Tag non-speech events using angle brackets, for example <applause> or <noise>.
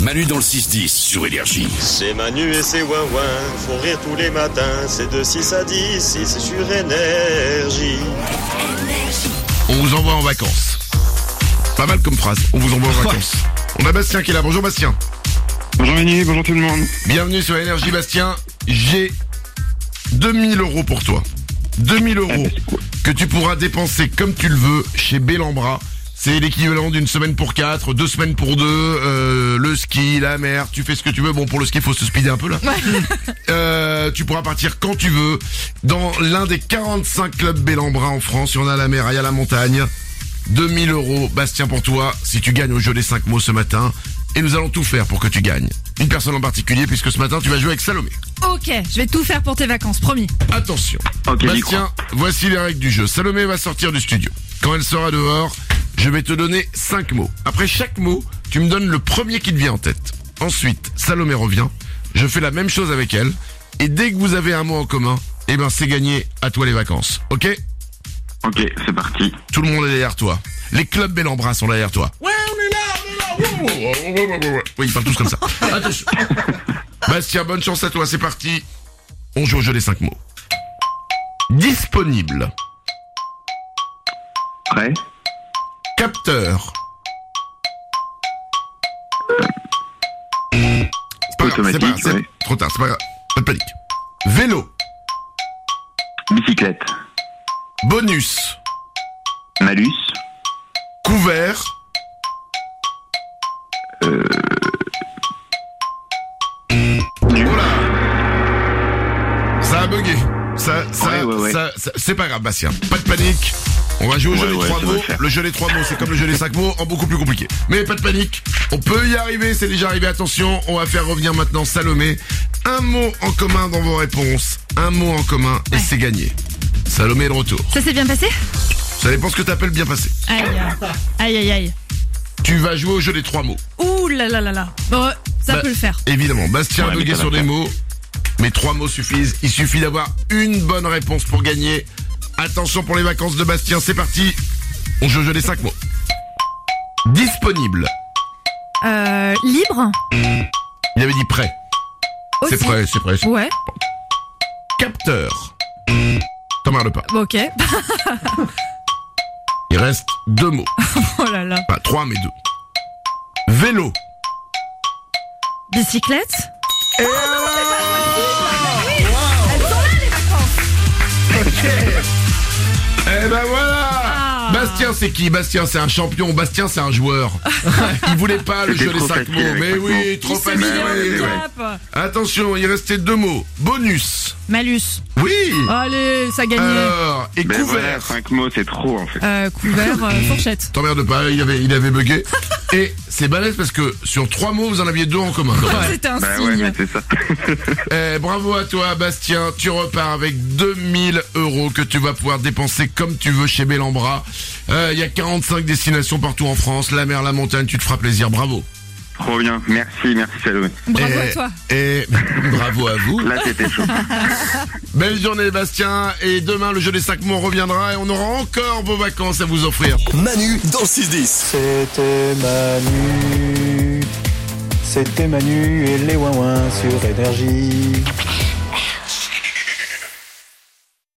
Manu dans le 6-10 sur Énergie. C'est Manu et c'est Wawa, font rire tous les matins, c'est de 6 à 10, 6 sur énergie. On vous envoie en vacances. Pas mal comme phrase. On vous envoie en vacances. On a Bastien qui est là. Bonjour Bastien. Bonjour Manu, bonjour tout le monde. Bienvenue sur Énergie Bastien. J'ai 2000 euros pour toi. 2000 euros que tu pourras dépenser comme tu le veux chez Bellambra. C'est l'équivalent d'une semaine pour quatre, deux semaines pour deux, euh, le ski, la mer, tu fais ce que tu veux. Bon, pour le ski, faut se speeder un peu là. <laughs> Euh, tu pourras partir quand tu veux dans l'un des 45 clubs Bellambra en France. Il y en a à la mer, il y a la montagne. 2000 euros, Bastien, pour toi, si tu gagnes au jeu des 5 mots ce matin. Et nous allons tout faire pour que tu gagnes. Une personne en particulier, puisque ce matin, tu vas jouer avec Salomé. Ok, je vais tout faire pour tes vacances, promis. Attention. Ok, j'y Bastien, voici les règles du jeu. Salomé va sortir du studio. Quand elle sera dehors, je vais te donner 5 mots. Après chaque mot, tu me donnes le premier qui te vient en tête. Ensuite, Salomé revient. Je fais la même chose avec elle. Et dès que vous avez un mot en commun, eh ben, c'est gagné. À toi les vacances. Ok? Ok, c'est parti. Tout le monde est derrière toi. Les clubs Bellambra sont derrière toi. Ouais, on est là, on est là. Oui, ils parlent tous comme ça. <laughs> Attention. Bastien, bonne chance à toi, c'est parti. On joue au jeu des 5 mots. Disponible. Prêt Capteur. C'est pas grave, c'est pas Automatique, grave, c'est ouais. Trop tard, c'est pas grave. Pas de panique. Vélo. Bicyclette. Bonus. Malus. Couvert. Nul. Ça a bugué. Ça, ça, Ouais, ouais, ouais. ça, ça- c'est pas grave, Bastien. Pas de panique. On va jouer au jeu Ouais, des ouais, trois ça mots. va le faire. Le jeu des trois mots, c'est comme le jeu des cinq mots, en beaucoup plus compliqué. Mais pas de panique. On peut y arriver, c'est déjà arrivé. Attention, on va faire revenir maintenant Salomé. Un mot en commun dans vos réponses. Un mot en commun et Ouais. c'est gagné. Salomé est de retour. Ça s'est bien passé Ça dépend ce que t'appelles bien passé. Aïe, aïe, aïe, aïe. Tu vas jouer au jeu des trois mots. Ouh là là là là. Bon, euh, ça Bah, peut le faire. Évidemment, Bastien Ouais, a mais bugué ça va sur des faire. mots, mais trois mots suffisent. Il suffit d'avoir une bonne réponse pour gagner. Attention pour les vacances de Bastien, c'est parti. On joue au jeu des cinq mots. Disponible. Euh, libre Il avait dit prêt. aussi. C'est prêt, c'est prêt. c'est- Ouais, Capteur. T'en marre pas. bon, ok. <laughs> Il reste deux mots. oh là là. Pas trois, mais deux. Vélo. Bicyclette Eh ben voilà Ah. Bastien c'est qui Bastien c'est un champion, Bastien c'est un <laughs> joueur. Il voulait pas le C'était jeu des trop cinq facile mots, avec mais cinq oui, mots. trop Qui se facile. met ouais, ouais, dans ouais. le cap Attention, il restait deux mots. Bonus. Malus. Oui. Allez, ça a gagné. Alors, et Ben voilà, couvert. 5 mots, c'est trop en fait. Euh, couvert, <laughs> euh, fourchette. T'emmerdes pas, il avait, il avait <laughs> bugué. et c'est balèze parce que sur trois mots, vous en aviez deux en commun. C'était un Bah ouais, signe. mais c'est ça. <laughs> Eh, bravo à toi, Bastien. Tu repars avec 2000 euros que tu vas pouvoir dépenser comme tu veux chez Bellambra. Euh, Il y a 45 destinations partout en France. La mer, la montagne, tu te feras plaisir. Bravo. trop bien. Merci, merci Salomé. Bravo et, à toi. Et <laughs> bravo à vous. Là, c'était chaud. Belle journée, Bastien. Et demain, le jeu des 5 mots reviendra et on aura encore vos vacances à vous offrir. Manu dans le 6-10. C'était Manu. C'était Manu et les Wawins sur Énergie.